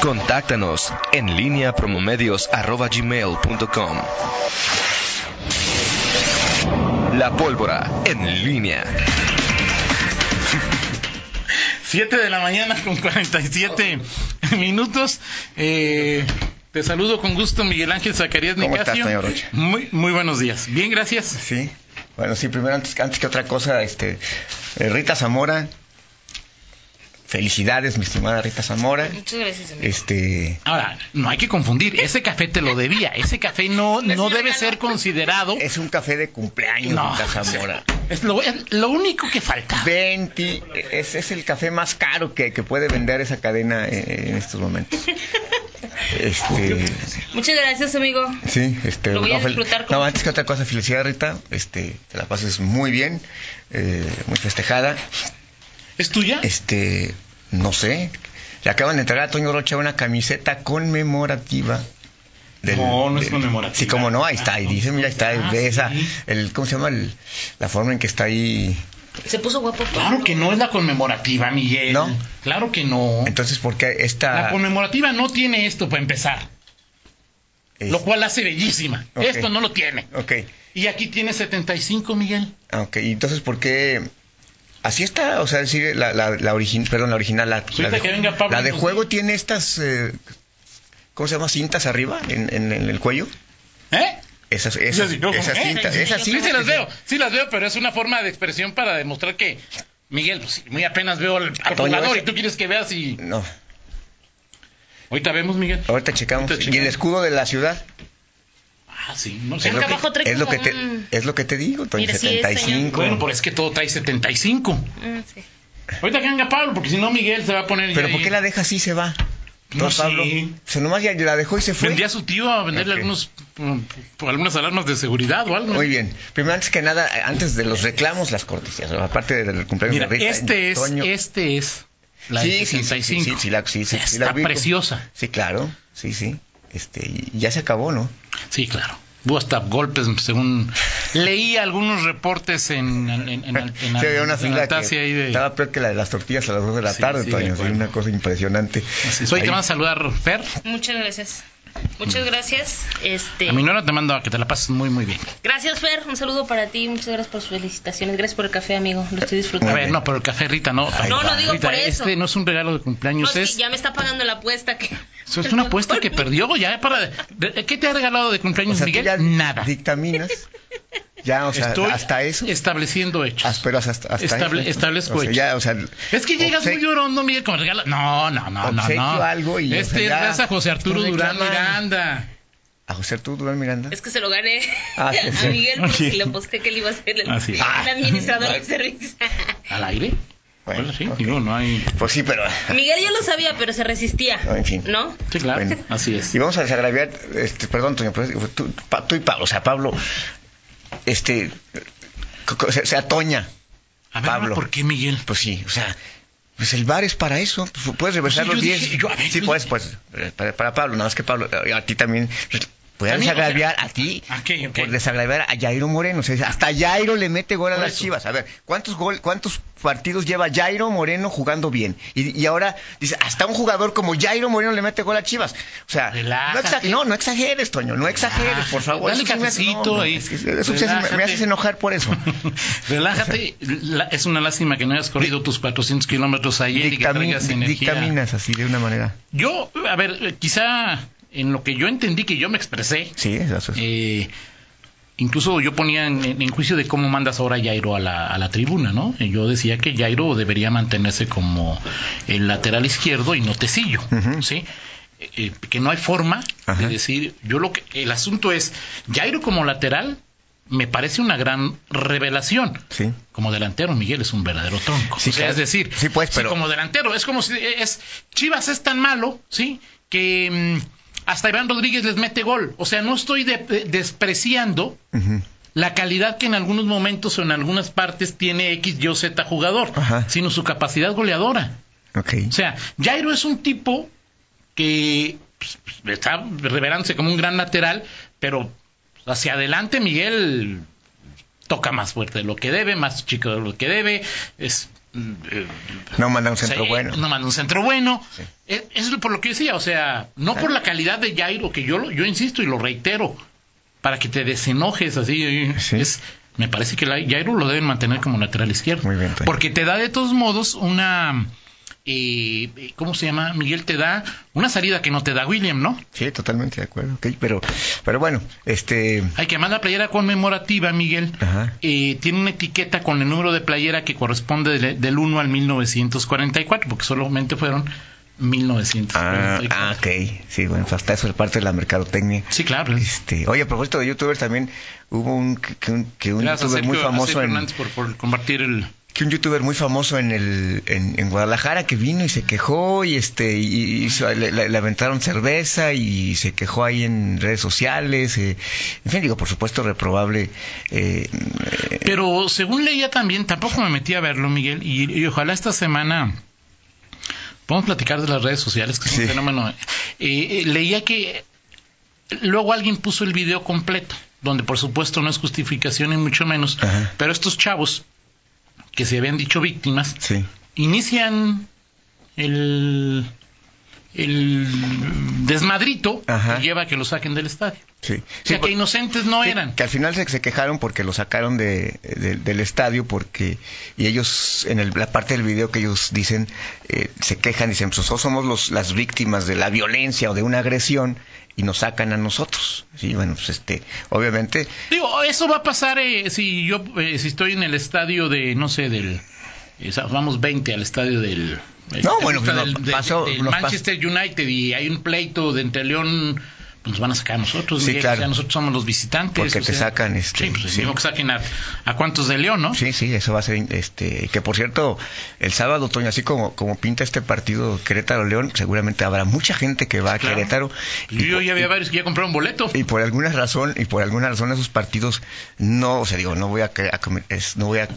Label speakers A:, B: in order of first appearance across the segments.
A: Contáctanos en línea promomedios.com. La pólvora en línea.
B: 7 de la mañana con 47 minutos. Eh, te saludo con gusto, Miguel Ángel Zacarías
C: ¿Cómo estás,
B: Nicasio.
C: señor Rocha?
B: Muy, muy buenos días. Bien, gracias.
C: Sí. Bueno, sí, primero, antes, antes que otra cosa, este, eh, Rita Zamora. Felicidades, mi estimada Rita Zamora.
D: Muchas gracias, amigo.
C: Este,
B: Ahora, no hay que confundir. Ese café te lo debía. Ese café no, no debe ser considerado.
C: es un café de cumpleaños,
B: No,
C: Rita Zamora.
B: Es lo, es lo único que falta.
C: 20, es, es el café más caro que, que puede vender esa cadena eh, en estos momentos. Este,
D: Muchas gracias, amigo.
C: sí, este,
D: Lo voy a
C: fel-
D: disfrutar con-
C: no, antes que otra cosa, felicidades Rita, este, te la pases muy bien, eh, muy festejada,
B: ¿Es tuya?
C: este, no sé, le acaban de entregar a Toño Rocha una camiseta conmemorativa.
B: No, no es conmemorativa.
C: Sí, como no, ahí está, ahí dice, mira, ahí está,
B: Ah,
C: ve esa,
B: sí.
C: el, ¿cómo se llama? El- la forma en que está ahí
D: Se puso guapo.
B: Claro que no es la conmemorativa, Miguel.
C: No.
B: Claro que no.
C: Entonces, ah. ¿por qué
B: La
C: esta...?
B: conmemorativa no tiene esto para empezar,
C: es-
B: lo cual la hace bellísima.
C: Ok.
B: Esto no lo tiene.
C: Ok,
B: Y aquí tiene 75, Miguel.
C: ah, ok. ¿Y Entonces, ¿por qué...? Así está, o sea, decir, la, la, la original, perdón, la original, la,
B: Ahorita
C: la de,
B: que venga Pablo, pues,
C: la de
B: entonces-
C: juego tiene estas, eh, ¿cómo se llama? Cintas arriba, en, en- en el cuello.
B: ¿Eh?
C: Esas, esas,
B: Yo digo,
C: esas
B: ¿eh?
C: cintas,
B: Sí,
C: esas
B: sí,
C: cintas.
B: sí las
C: que-
B: veo, sí las veo, pero es una forma de expresión para demostrar que, Miguel, pues, sí, muy apenas veo al, al
C: Toño,
B: jugador
C: ese-
B: y tú quieres que veas y...
C: No,
B: Ahorita vemos, Miguel.
C: ahorita checamos.
B: Ahorita
C: ¿Y el
B: checamos.
C: escudo de la ciudad?
B: Ah, sí, no sé.
C: Es lo
D: Acá
C: que,
D: abajo trae
C: es lo que,
D: como
C: te,
D: un-
C: es lo que te digo, Toño,
D: Mira, sí, es, señor.
C: 75.
B: Bueno, pero es que todo trae 75.
D: Ah, sí.
B: Ahorita que venga Pablo, porque si no Miguel se va a poner...
C: Pero
B: ya
C: ¿por
B: ahí.
C: qué la deja así y se va?
B: No
C: Don
B: sé.
C: Pablo, o sea, nomás ya la dejó y se fue.
B: Vendría a su tío a venderle
C: Ok.
B: algunos, mm, por algunas alarmas de seguridad o algo.
C: Muy bien. Primero, antes que nada, antes de los reclamos, las cortesías. Aparte del cumpleaños
B: Mira,
C: de Rita.
B: este es,
C: Toño-
B: este es la
C: sí,
B: de
C: sí, sí,
B: 75.
C: Sí, sí, sí, la, sí, sí, sí la
B: Está
C: ubico.
B: preciosa.
C: Sí, claro. Sí, sí. Este, y ya se acabó, ¿no?
B: Sí, claro. Hubo hasta golpes, según leí algunos reportes en, en, en, en, en- en-
C: Sí, había una
B: en
C: fila que
B: Altasia ahí de-
C: estaba peor que la de las tortillas a las 2 de la
B: Sí,
C: tarde,
B: sí, de
C: Toño. Sí,
B: acuerdo.
C: una cosa impresionante.
B: Así es. Oye,
C: Ahí-
B: te van a saludar, Fer.
D: Muchas gracias.
C: Mm.
D: Muchas gracias. Este,
B: A mi nora te mando a que te la pases muy, muy bien.
D: gracias, Fer. Un saludo para ti. Muchas gracias por sus felicitaciones. Gracias por el café, amigo. Lo estoy
B: A
D: disfrutando.
B: ver, no, pero el café Rita no.
D: No, no digo
B: Rita,
D: por eso.
B: Este no es un regalo de
D: No,
B: cumpleaños,
D: sí,
B: es,
D: ya me está pagando la apuesta que.
B: eso es una apuesta que perdió. ya para de- ¿Qué te ha regalado de
C: o
B: cumpleaños,
C: sea, tú
B: Miguel?
C: ya
B: Nada.
C: dictaminas. Ya, o sea,
B: Estoy
C: hasta eso.
B: Estableciendo hechos.
C: as- Ah, pero hasta, hasta
B: Estable-
C: eso.
B: establezco
C: O sea,
B: hechos.
C: ya, o sea,
B: Es que llegas muy
C: obsequio-
B: llorando, Miguel, con regalo. No, no, no, no,
C: Obsequio
B: no.
C: algo y, o
B: este
C: sea, ya,
B: es a José Arturo
C: estoy
B: Durán
C: reclamando.
B: Miranda.
C: A José Arturo Durán Miranda.
D: Es que se lo gané
C: Ah, sí, sí. Ah,
D: a Miguel
B: Sí.
D: porque le aposté que le iba a hacer el,
B: Así es.
D: el administrador del servicio.
B: ¿Al aire?
C: Bueno,
B: Bueno, sí,
C: ok.
B: digo, no hay.
C: Pues sí, pero.
D: Miguel ya lo sabía, pero se resistía.
C: No, Ah, en fin.
D: ¿No?
B: Sí, claro.
C: Bueno.
B: Así es.
C: Y vamos a desagraviar, este, perdón, Toño, pero es- tú, Pa- tú y Pablo, o sea, Pablo, este, co- co- o sea, o sea, Toña,
B: A ver,
C: Pablo.
B: ¿por qué, Miguel?
C: pues sí, o sea, pues el bar es para eso, pues puedes regresar
B: Sí,
C: los
B: yo
C: 10.
B: dije, yo, a ver,
C: Sí,
B: yo
C: pues,
B: dije-
C: pues, eh, para, para Pablo, nada más que Pablo, eh, a ti también, voy a
B: También, o sea,
C: desagraviar a ti
B: ok, ok.
C: por desagraviar a Jairo Moreno, o sea, hasta Jairo le mete gol a
B: Por
C: las
B: eso.
C: chivas, a ver, ¿cuántos, gol, cuántos partidos lleva Jairo Moreno jugando bien? Y, y ahora, dice, hasta un jugador como Jairo Moreno le mete gol a chivas, o sea, no,
B: Relájate.
C: exag- no, no exageres, Toño, no exageres, por favor.
B: Dale
C: Eso sí me hace-
B: cafecito
C: no, no,
B: ahí.
C: es que eso sí hace- me- me
B: Relájate.
C: haces enojar por eso.
B: Relájate. La- es una lástima que no hayas corrido tus 400 kilómetros ayer y que
C: Dictamin-
B: traigas
C: di-
B: energía.
C: dictaminas así de una manera.
B: Yo, a ver, eh, quizá en lo que yo entendí que yo me expresé,
C: Sí, eso es.
B: eh, incluso yo ponía en, en- en juicio de cómo mandas ahora a Jairo a la, a la tribuna, ¿no? Y Yo decía que Jairo debería mantenerse como el lateral izquierdo y no Tecillo,
C: Ujú.
B: ¿sí? Eh, eh, que no hay forma
C: Ajá.
B: de decir, yo lo que, el asunto es, Jairo como lateral me parece una gran revelación.
C: Sí.
B: Como delantero, Miguel es un verdadero tronco.
C: Sí,
B: O sea,
C: claro.
B: Es decir,
C: Sí, pues, pero-
B: como delantero, es como si es Chivas es tan malo, ¿sí? Que mm, hasta Iván Rodríguez les mete gol. O sea, no estoy de- de- despreciando
C: Ujú.
B: la calidad que en algunos momentos o en algunas partes tiene X, Y o Z jugador,
C: Ajá.
B: sino su capacidad goleadora.
C: Ok.
B: O sea, Jairo es un tipo que pues, pues, está reverándose como un gran lateral, pero hacia adelante Miguel toca más fuerte de lo que debe, más chico de lo que debe, es eh,
C: No manda un
B: o sea,
C: centro
B: eh,
C: bueno.
B: No manda un centro bueno. Eh, Es, por lo que decía, o sea, no por la calidad de Jairo, que yo, lo- yo insisto y lo reitero, para que te desenojes así. eh,
C: Sí.
B: es- me parece que la- Jairo lo deben mantener como lateral izquierdo.
C: Muy bien, Toño.
B: porque te da de todos modos una... eh, eh, ¿Cómo se llama? Miguel te da una salida que no te da William, ¿no?
C: Sí, totalmente de acuerdo. ok, pero, pero bueno, este.
B: Hay que más la playera conmemorativa, Miguel.
C: Ajá.
B: eh, tiene una etiqueta con el número de playera que corresponde del, del 1 al 1944, porque solamente fueron
C: Ah,
B: 1944.
C: ah, ok. Sí, bueno, pues hasta eso es parte de la mercadotecnia.
B: Sí, claro.
C: Este, oye, a propósito de youtubers también hubo un que, que un, que un
B: Gracias a
C: youtuber
B: Sergio,
C: muy
B: a Sergio
C: famoso en
B: Hernández por, por compartir el...
C: que un youtuber muy famoso en el en, en Guadalajara que vino y se quejó y este y, y hizo- le, le- le aventaron cerveza y se quejó ahí en redes sociales. eh. En fin, digo, por supuesto reprobable. eh, eh,
B: Pero según leía también, tampoco me metí a verlo, Miguel, y, y ojalá esta semana... Podemos platicar de las redes sociales, que es
C: Sí.
B: un fenómeno. Eh, eh, leía que luego alguien puso el video completo, donde por supuesto no es justificación y mucho menos,
C: Ajá.
B: pero estos chavos que se habían dicho víctimas,
C: sí.
B: inician el, el desmadrito
C: Ajá.
B: que lleva a que lo saquen del estadio.
C: Sí.
B: O sea,
C: Sí, por-
B: que inocentes no
C: Sí,
B: eran.
C: Que al final se, se quejaron porque lo sacaron de, de- del estadio porque y ellos en el- la parte del video que ellos dicen eh, se quejan dicen pues nosotros somos los, las víctimas de la violencia o de una agresión y nos sacan a nosotros. Sí, bueno, pues este obviamente
B: Digo, eso va a pasar eh, si yo eh, si estoy en el estadio de, no sé, del... eh, sa- vamos 20 al estadio del... eh,
C: No,
B: ¿te
C: bueno,
B: gusta
C: pues,
B: del,
C: no,
B: del-
C: pasó-
B: del
C: nos pas-
B: Manchester United y hay un pleito de entre León, pues nos van a sacar a nosotros.
C: Sí,
B: Miguel,
C: claro.
B: o sea, nosotros somos los visitantes.
C: Porque
B: o
C: te
B: sea,
C: sacan, este,
B: Sí, pues,
C: sí.
B: digo que saquen a, a cuántos de León, ¿no?
C: Sí, sí, eso va a ser este que por cierto, el sábado Toño, así como como pinta este partido Querétaro León, seguramente habrá mucha gente que va a
B: Claro.
C: Querétaro y-
B: Pues, Yo ya había varios que ya compraron boleto.
C: y por alguna razón y por alguna razón esos partidos no o sea digo no voy a, cre- a comer- es- no voy a,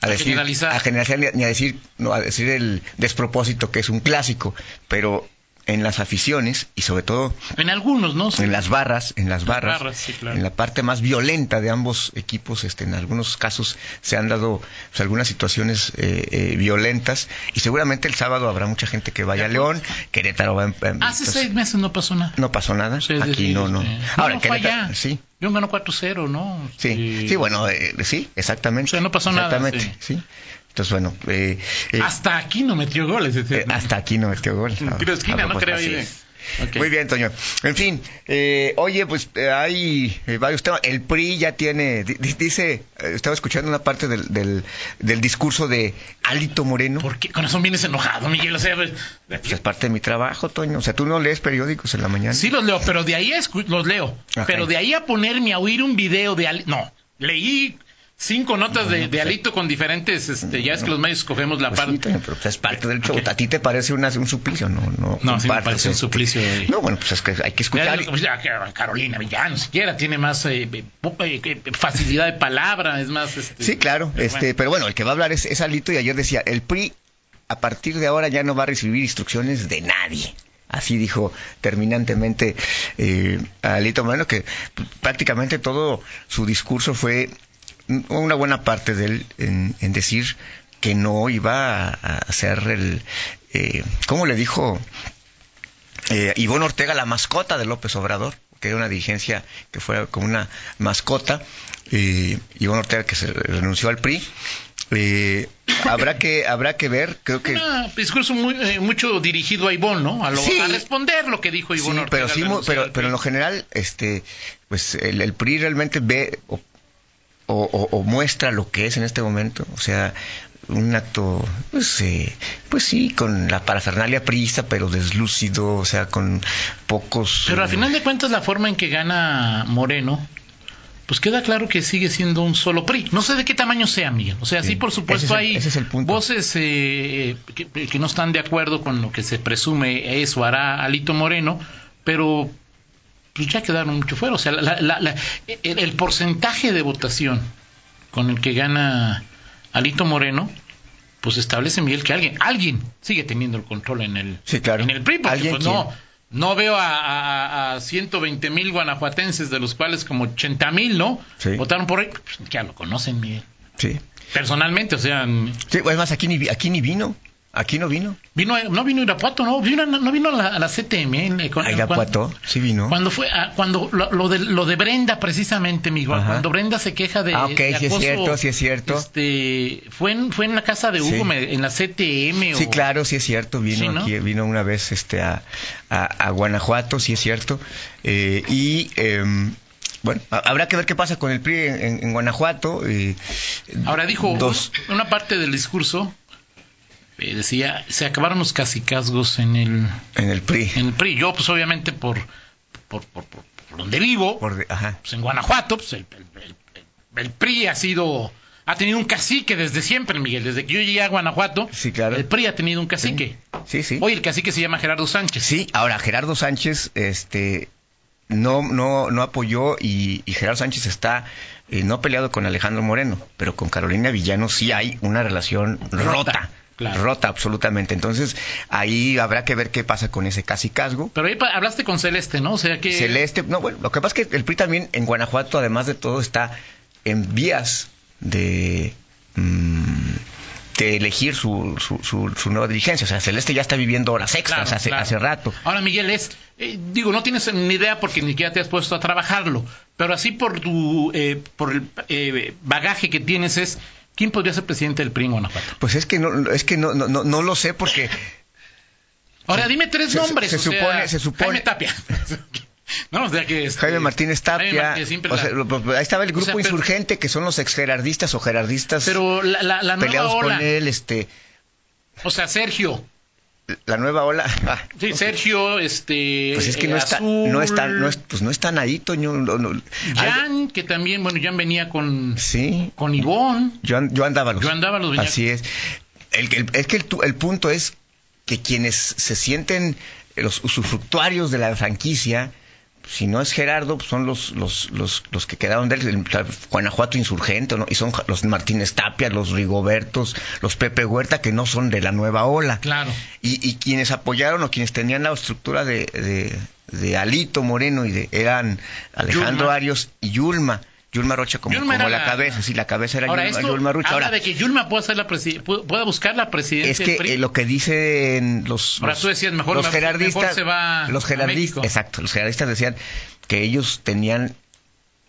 C: a decir
B: generalizar.
C: a generalizar ni, a- ni a decir no a decir el despropósito que es un clásico pero en las aficiones y sobre todo
B: En algunos, ¿no?
C: en las barras en las barras,
B: barras, sí, claro.
C: en la parte más violenta de ambos equipos este en algunos casos se han dado pues, algunas situaciones eh, eh, violentas y seguramente el sábado habrá mucha gente que vaya a León Querétaro va en, en-
B: Hace
C: entonces,
B: seis meses no pasó nada.
C: no pasó nada
B: Ah, Sí, es
C: aquí
B: decir,
C: no no
B: este,
C: ahora
B: no, fue
C: Querétaro
B: allá.
C: sí
B: Yo ganó 4-0, ¿no?
C: Sí,
B: Este,
C: sí, bueno, eh, sí, exactamente.
B: O sea, no pasó nada,
C: Exactamente, sí. Entonces, bueno, eh, eh,
B: Hasta aquí no metió goles. es
C: eh,
B: decir,
C: hasta aquí no metió gol.
B: en tiro de
C: ah,
B: esquina, no creo. ahí de- Ok.
C: pues, Muy bien, Toño. En fin, eh, oye, pues eh, hay eh, varios temas. El PRI ya tiene, di- di- dice, eh, estaba escuchando una parte del, del, del discurso de Alito Moreno.
B: ¿Por qué? Con eso vienes enojado, Miguel. O sea, pues,
C: Pues es parte de mi trabajo, Toño. O sea, tú no lees periódicos en la mañana.
B: sí los leo, pero de ahí a escu- los leo.
C: Ajá.
B: Pero de ahí a ponerme a oír un video de Ali- No, leí cinco notas de, de Alito con diferentes. Este, ya es que los medios escogemos la
C: Pues sí,
B: parte.
C: Toño, pero pues es parte del show.
B: Ok.
C: A ti te parece una- un suplicio, ¿no?
B: No,
C: No,
B: sí me
C: compartes,
B: parece un
C: este.
B: suplicio, eh.
C: No, bueno, pues es que hay que
B: Ya,
C: escuchar. y-
B: ya, ya, Carolina Villano siquiera tiene más eh, eh, po- eh, eh, facilidad de palabra, es más... Este,
C: Sí, claro.
B: pero
C: este,
B: bueno.
C: Pero bueno, el que va a hablar es, es Alito y ayer decía, el PRI a partir de ahora ya no va a recibir instrucciones de nadie. Así dijo terminantemente eh, Alito Moreno, que p- prácticamente todo su discurso fue mm, una buena parte de él en, en decir que no iba a- a hacer el... Eh, ¿Cómo le dijo? eh, Ivonne Ortega, la mascota de López Obrador, que era una dirigencia que fuera como una mascota, eh, Ivonne Ortega que se renunció al PRI. eh, habrá que habrá que ver, creo que
B: Un discurso muy, eh, mucho dirigido a Ivonne, ¿no? A, lo-
C: Sí.
B: a responder lo que dijo
C: Sí,
B: Ivonne Ortega
C: pero sí,
B: al
C: mu-
B: renunciar
C: pero,
B: al
C: pero en lo general, este, pues el, el PRI realmente ve o, o- o- o muestra lo que es en este momento, o sea, un acto, pues, eh, pues sí, con la parafernalia priista, pero deslúcido, o sea, con pocos.
B: Pero al
C: eh,
B: final de cuentas la forma en que gana Moreno, pues queda claro que sigue siendo un solo PRI. No sé de qué tamaño sea, Miguel. O sea,
C: Sí,
B: sí, por supuesto
C: ese es el-
B: hay
C: ese es el punto.
B: voces eh, que, que no están de acuerdo con lo que se presume eso hará Alito Moreno, pero pues ya quedaron mucho fuera. O sea, la- la- la- el, el porcentaje de votación con el que gana Alito Moreno, pues establece Miguel que alguien, alguien sigue teniendo el control en el,
C: Sí, claro.
B: en el PRI, porque
C: ¿Alguien
B: pues
C: quién?
B: no, no veo a, a, a 120 mil guanajuatenses, de los cuales como 80 mil, ¿no?
C: Sí.
B: Votaron por él, pues, ya lo conocen, Miguel.
C: Sí.
B: Personalmente, o sea,
C: Sí, es más, aquí ni, aquí ni vino. Aquí no vino.
B: vino, no vino Irapuato, no, vino, no vino a la, a la CTM. eh, con-
C: A Irapuato,
B: cuando-
C: sí vino.
B: Cuando fue, ah, cuando lo, lo de, lo de Brenda precisamente, mi
C: Ajá.
B: cuando Brenda se queja de,
C: Ah, ok,
B: de
C: sí es cierto, sí es cierto.
B: Este, fue en, fue en la casa de Hugo,
C: Sí.
B: me- en la CTM.
C: Sí,
B: o-
C: claro, sí es cierto. Vino
B: Sí, ¿no?
C: aquí, vino una vez este a, a, a Guanajuato, sí es cierto. Eh, y em, bueno, ha- habrá que ver qué pasa con el PRI en, en- en Guanajuato. eh,
B: Ahora dijo,
C: Dos.
B: una parte del discurso eh, decía, se acabaron los casicazgos en el,
C: en el PRI.
B: en el PRI. Yo, pues obviamente, por, por, por, por- por donde vivo,
C: Por de- ajá.
B: pues, en Guanajuato, pues, el, el- el- el PRI ha sido, ha tenido un cacique desde siempre, Miguel. Desde que yo llegué a Guanajuato,
C: Sí, claro.
B: el PRI ha tenido un cacique.
C: Sí, sí.
B: Hoy el cacique se llama Gerardo Sánchez.
C: Sí, ahora Gerardo Sánchez este, no, no, no apoyó y, y Gerardo Sánchez está eh, no peleado con Alejandro Moreno, pero con Carolina Villano sí hay una relación rota. Rota,
B: claro.
C: absolutamente. Entonces, ahí habrá que ver qué pasa con ese casi casgo.
B: Pero ahí pa- hablaste con Celeste, ¿no? O sea que...
C: Celeste, no, bueno, lo que pasa es que el PRI también en Guanajuato, además de todo, está en vías de, mm, de elegir su, su, su- su nueva dirigencia. O sea, Celeste ya está viviendo horas extras
B: Claro,
C: hace,
B: claro.
C: hace rato.
B: Ahora, Miguel, es, eh, digo, no tienes ni idea porque ni siquiera te has puesto a trabajarlo, pero así por tu, eh, por el eh, bagaje que tienes es, ¿quién podría ser presidente del PRI en Guanajuato?
C: Pues es que no, es que no, no, no, no lo sé porque
B: Ahora, dime tres
C: Se- se-
B: nombres.
C: se
B: o sea,
C: supone- se supone-
B: Jaime Tapia. no, o sea que... este,
C: Jaime Martínez
B: Jaime
C: Tapia,
B: Martínez, siempre
C: o
B: la-
C: sea, lo- lo- ahí estaba el grupo
B: sea, pero-
C: insurgente que son los ex gerardistas o gerardistas
B: pero la, la, la nueva
C: peleados
B: ola,
C: con él, este,
B: o sea, Sergio,
C: la nueva ola. ah,
B: sí, Sergio, este...
C: Pues es que
B: eh,
C: no está,
B: Azul,
C: no están, no es- pues no están ahí, Toño. no- no. Ah,
B: Jan, que también, bueno, Jan venía con,
C: sí,
B: con Ivón.
C: Joan, Joan Dávalos.
B: Joan Dávalos venía-
C: Así es. El, el- es que el, tu- el punto es que quienes se sienten los usufructuarios de la franquicia, si no es Gerardo, pues son los, los, los, los que quedaron del Guanajuato insurgente, ¿no? y son ja- los Martínez Tapia, los Rigobertos, los Pepe Huerta, que no son de la nueva ola.
B: Claro.
C: Y, y quienes apoyaron o quienes tenían la estructura de, de- de Alito Moreno y de, eran Alejandro
B: Yulma.
C: Arias y Yulma. Yulma Rocha como,
B: Yulma
C: como
B: era
C: la,
B: la-
C: cabeza, sí, la cabeza era
B: Ahora,
C: Yulma,
B: esto
C: Yulma Rocha.
B: habla
C: Ahora,
B: de que Yulma pueda, ser la presi- pu- pueda buscar la presidencia
C: es
B: del
C: que
B: PRI.
C: eh, lo que dicen los,
B: Ahora
C: los-
B: tú decías, mejor
C: los
B: me-
C: gerardistas,
B: mejor se va
C: los
B: a
C: gerardistas,
B: México.
C: exacto, los gerardistas decían que ellos tenían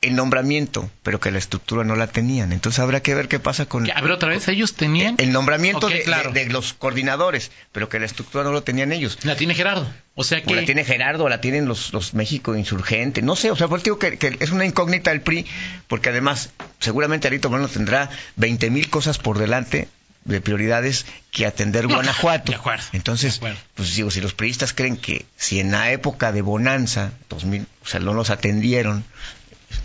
C: el nombramiento, pero que la estructura no la tenían. Entonces habrá que ver qué pasa con
B: Que, A ver, otra vez, ellos tenían...
C: el nombramiento
B: Ok,
C: de,
B: claro.
C: de- de los coordinadores, pero que la estructura no lo tenían ellos.
B: La tiene Gerardo. O sea que...
C: O la tiene Gerardo, o la tienen los, los México insurgentes, no sé, o sea, por eso digo que, que es una incógnita el PRI, porque además seguramente Alito Moreno tendrá 20 mil cosas por delante de prioridades que atender
B: No,
C: Guanajuato.
B: de acuerdo,
C: Entonces,
B: de acuerdo.
C: pues digo, si los priistas creen que si en la época de bonanza, 2000, o sea, no los atendieron,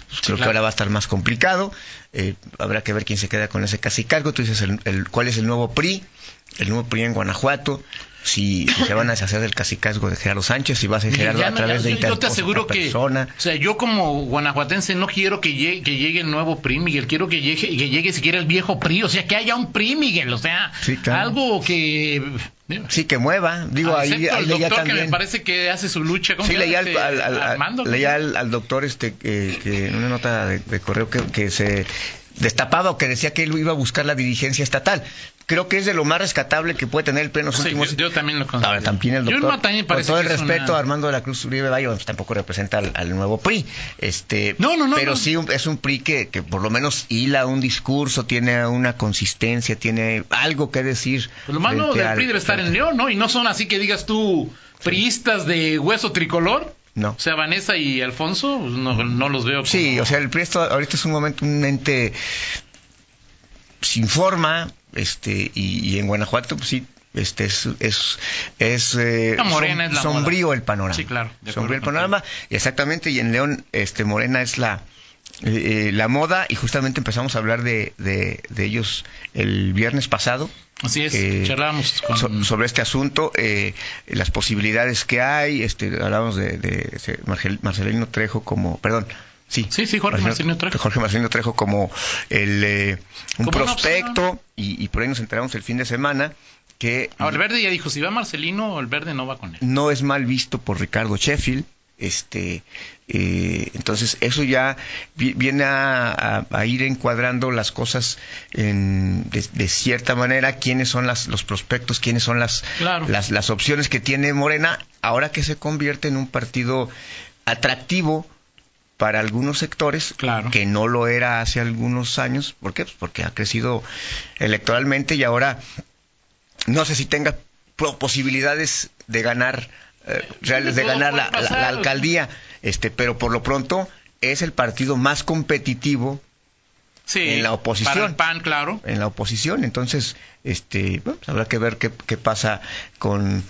C: pues creo que
B: claro.
C: ahora va a estar más complicado. Eh, habrá que ver quién se queda con ese casi cargo. Tú dices, el, el- ¿cuál es el nuevo PRI? El nuevo PRI en Guanajuato. Si, si se van a deshacer del casicazgo de Gerardo Sánchez, si va a ser
B: Miguel,
C: Gerardo
B: ya
C: a
B: no-
C: través
B: ya-
C: de
B: yo-
C: Interpol,
B: Yo te aseguro
C: otra
B: que...
C: persona.
B: O sea, yo como guanajuatense no quiero que llegue, que llegue el nuevo PRI, Miguel. Quiero que llegue, que llegue siquiera el viejo PRI. O sea, que haya un PRI, Miguel. O sea,
C: Sí, claro.
B: algo que...
C: Sí, que mueva. Digo, ahí,
B: Excepto
C: ahí
B: el
C: leía
B: doctor que me
C: también.
B: parece que hace su lucha. ¿cómo
C: Sí,
B: se llama
C: leía al,
B: este?
C: al- al- al-
B: Armando.
C: leía al- al doctor este, que, que en una nota de, de correo que, que se destapaba o que decía que él iba a buscar la dirigencia estatal. Creo que es de lo más rescatable que puede tener el PRI en los
B: Sí,
C: últimos
B: yo, yo también lo considero.
C: Ahora también el doctor,
B: Yulma también
C: con
B: parece
C: todo el
B: que es
C: respeto,
B: una-
C: Armando de la Cruz Uribe Valle pues, tampoco representa al, al nuevo PRI, este,
B: No, no, no,
C: pero
B: no.
C: sí un- es un PRI que, que por lo menos hila un discurso, tiene una consistencia, tiene algo que decir.
B: Pues lo malo
C: frente
B: del
C: al-
B: PRI debe estar en León, ¿no? Y no son así que digas tú priistas de hueso tricolor.
C: No.
B: O sea, Vanessa y Alfonso, pues, no, no los veo. como-
C: Sí, o sea, el PRI está- ahorita es un momento, un ente sin forma, este, y, y en Guanajuato, pues sí, este es, es, es, eh,
B: La Morena es la moda.
C: sombrío el panorama.
B: Sí, claro, de acuerdo
C: Sombrío el
B: contigo.
C: panorama, y exactamente, y en León, este, Morena es la eh, eh, la moda, y justamente empezamos a hablar de, de, de ellos el viernes pasado.
B: Así es,
C: Eh,
B: charlábamos con...
C: so- sobre este asunto, eh, las posibilidades que hay, este, hablábamos de, de ese Margel- Marcelino Trejo como, perdón, sí,
B: Sí, sí, Jorge Marcelino Trejo.
C: Jorge Marcelino Trejo como el, eh, un
B: Como una
C: prospecto y, y por ahí nos enteramos el fin de semana que
B: Ahora, el verde ya dijo, si va Marcelino, el verde no va con él.
C: no es mal visto por Ricardo Sheffield, Este, eh, entonces, eso ya vi- viene a, a- a ir encuadrando las cosas en- de, de cierta manera, quiénes son las, los prospectos, quiénes son las,
B: Claro.
C: las, las opciones que tiene Morena, ahora que se convierte en un partido atractivo para algunos sectores,
B: Claro.
C: que no lo era hace algunos años. ¿Por qué? Pues porque ha crecido electoralmente y ahora no sé si tenga pro- posibilidades de ganar eh, reales de
B: todo
C: ganar
B: puede
C: la, la- la
B: pasar.
C: alcaldía este pero por lo pronto es el partido más competitivo
B: Sí,
C: en la oposición.
B: Para el PAN, claro.
C: en la oposición entonces este bueno, pues habrá que ver qué, qué pasa con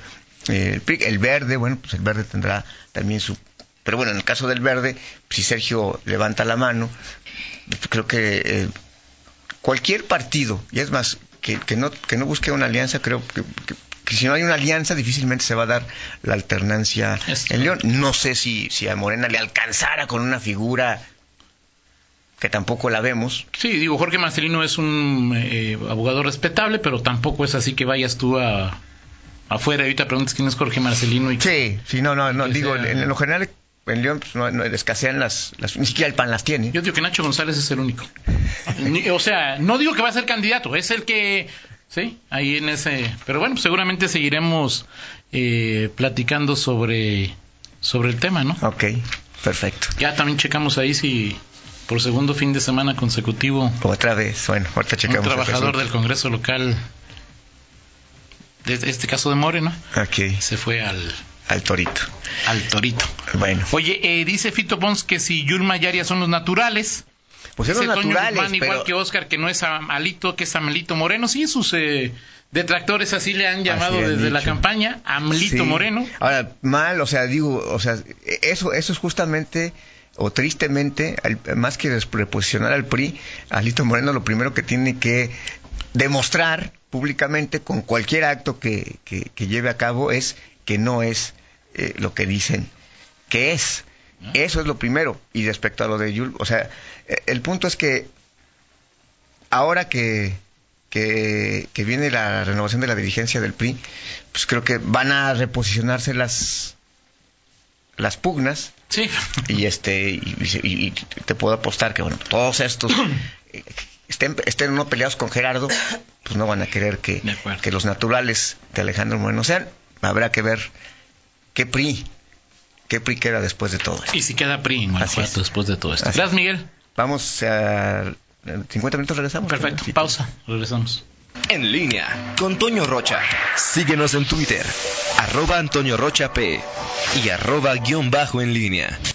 C: eh, el PRI. el verde bueno pues el verde tendrá también su pero bueno en el caso del verde si Sergio levanta la mano creo que eh, cualquier partido, y es más, que, que no, que no busque una alianza, creo que, que- que si no hay una alianza, difícilmente se va a dar la alternancia
B: Es
C: en León. No sé si, si a Morena le alcanzara con una figura que tampoco la vemos.
B: Sí, digo, Jorge Marcelino es un eh, abogado respetable, pero tampoco es así que vayas tú a afuera y ahorita preguntas quién es Jorge Marcelino y
C: Sí, sí, no, no, no,
B: Que
C: digo,
B: sea-
C: en, en lo general en León pues, no, no escasean las, las, ni siquiera el pan las tiene.
B: Yo digo que Nacho González es el único. Ni- O sea, no digo que va a ser candidato, es el que... Sí, ahí en ese... Pero bueno, seguramente seguiremos eh, platicando sobre, sobre el tema, ¿no?
C: Ok, perfecto.
B: Ya también checamos ahí si por segundo fin de semana consecutivo
C: Otra vez, bueno, ahorita
B: un
C: checamos. el
B: trabajador del
C: resultado.
B: Congreso local, de este caso de Moreno,
C: Ok,
B: se fue al,
C: al torito.
B: al torito.
C: Bueno,
B: Oye, eh, dice Fito Pons que si Yulma y Aria son los naturales,
C: pues eran
B: Ese Toño
C: naturales,
B: Guzmán,
C: pero...
B: igual que Oscar, que no es Am- Alito, que es Amelito Moreno. Sí, sus eh, detractores así le han llamado
C: Así han
B: desde la
C: dicho.
B: campaña. Amelito
C: Sí.
B: Moreno.
C: Ahora, mal, o sea, digo, o sea, eso, eso es justamente o tristemente, al- más que desproporcionar al PRI, Alito Moreno lo primero que tiene que demostrar públicamente con cualquier acto que, que- que lleve a cabo es que no es eh, lo que dicen que es. Eso es lo primero. Y respecto a lo de Yul, o sea, eh, el punto es que ahora que, que, que viene la renovación de la dirigencia del PRI, pues creo que van a reposicionarse las, las pugnas
B: Sí.
C: y este y, y- y te puedo apostar que bueno todos estos eh, estén estén no peleados con Gerardo pues no van a querer que,
B: De acuerdo.
C: que los naturales de Alejandro Moreno sean habrá que ver qué PRI qué PRI queda después de todo esto.
B: Y si queda PRI en Guanajuato
C: es.
B: después de todo esto.
C: Así
B: Gracias, Miguel.
C: vamos a 50 minutos regresamos
B: Perfecto. Pausa. Regresamos.
A: En línea con Toño Rocha. Síguenos en Twitter, arroba Antonio Rocha P y arroba guión bajo en línea.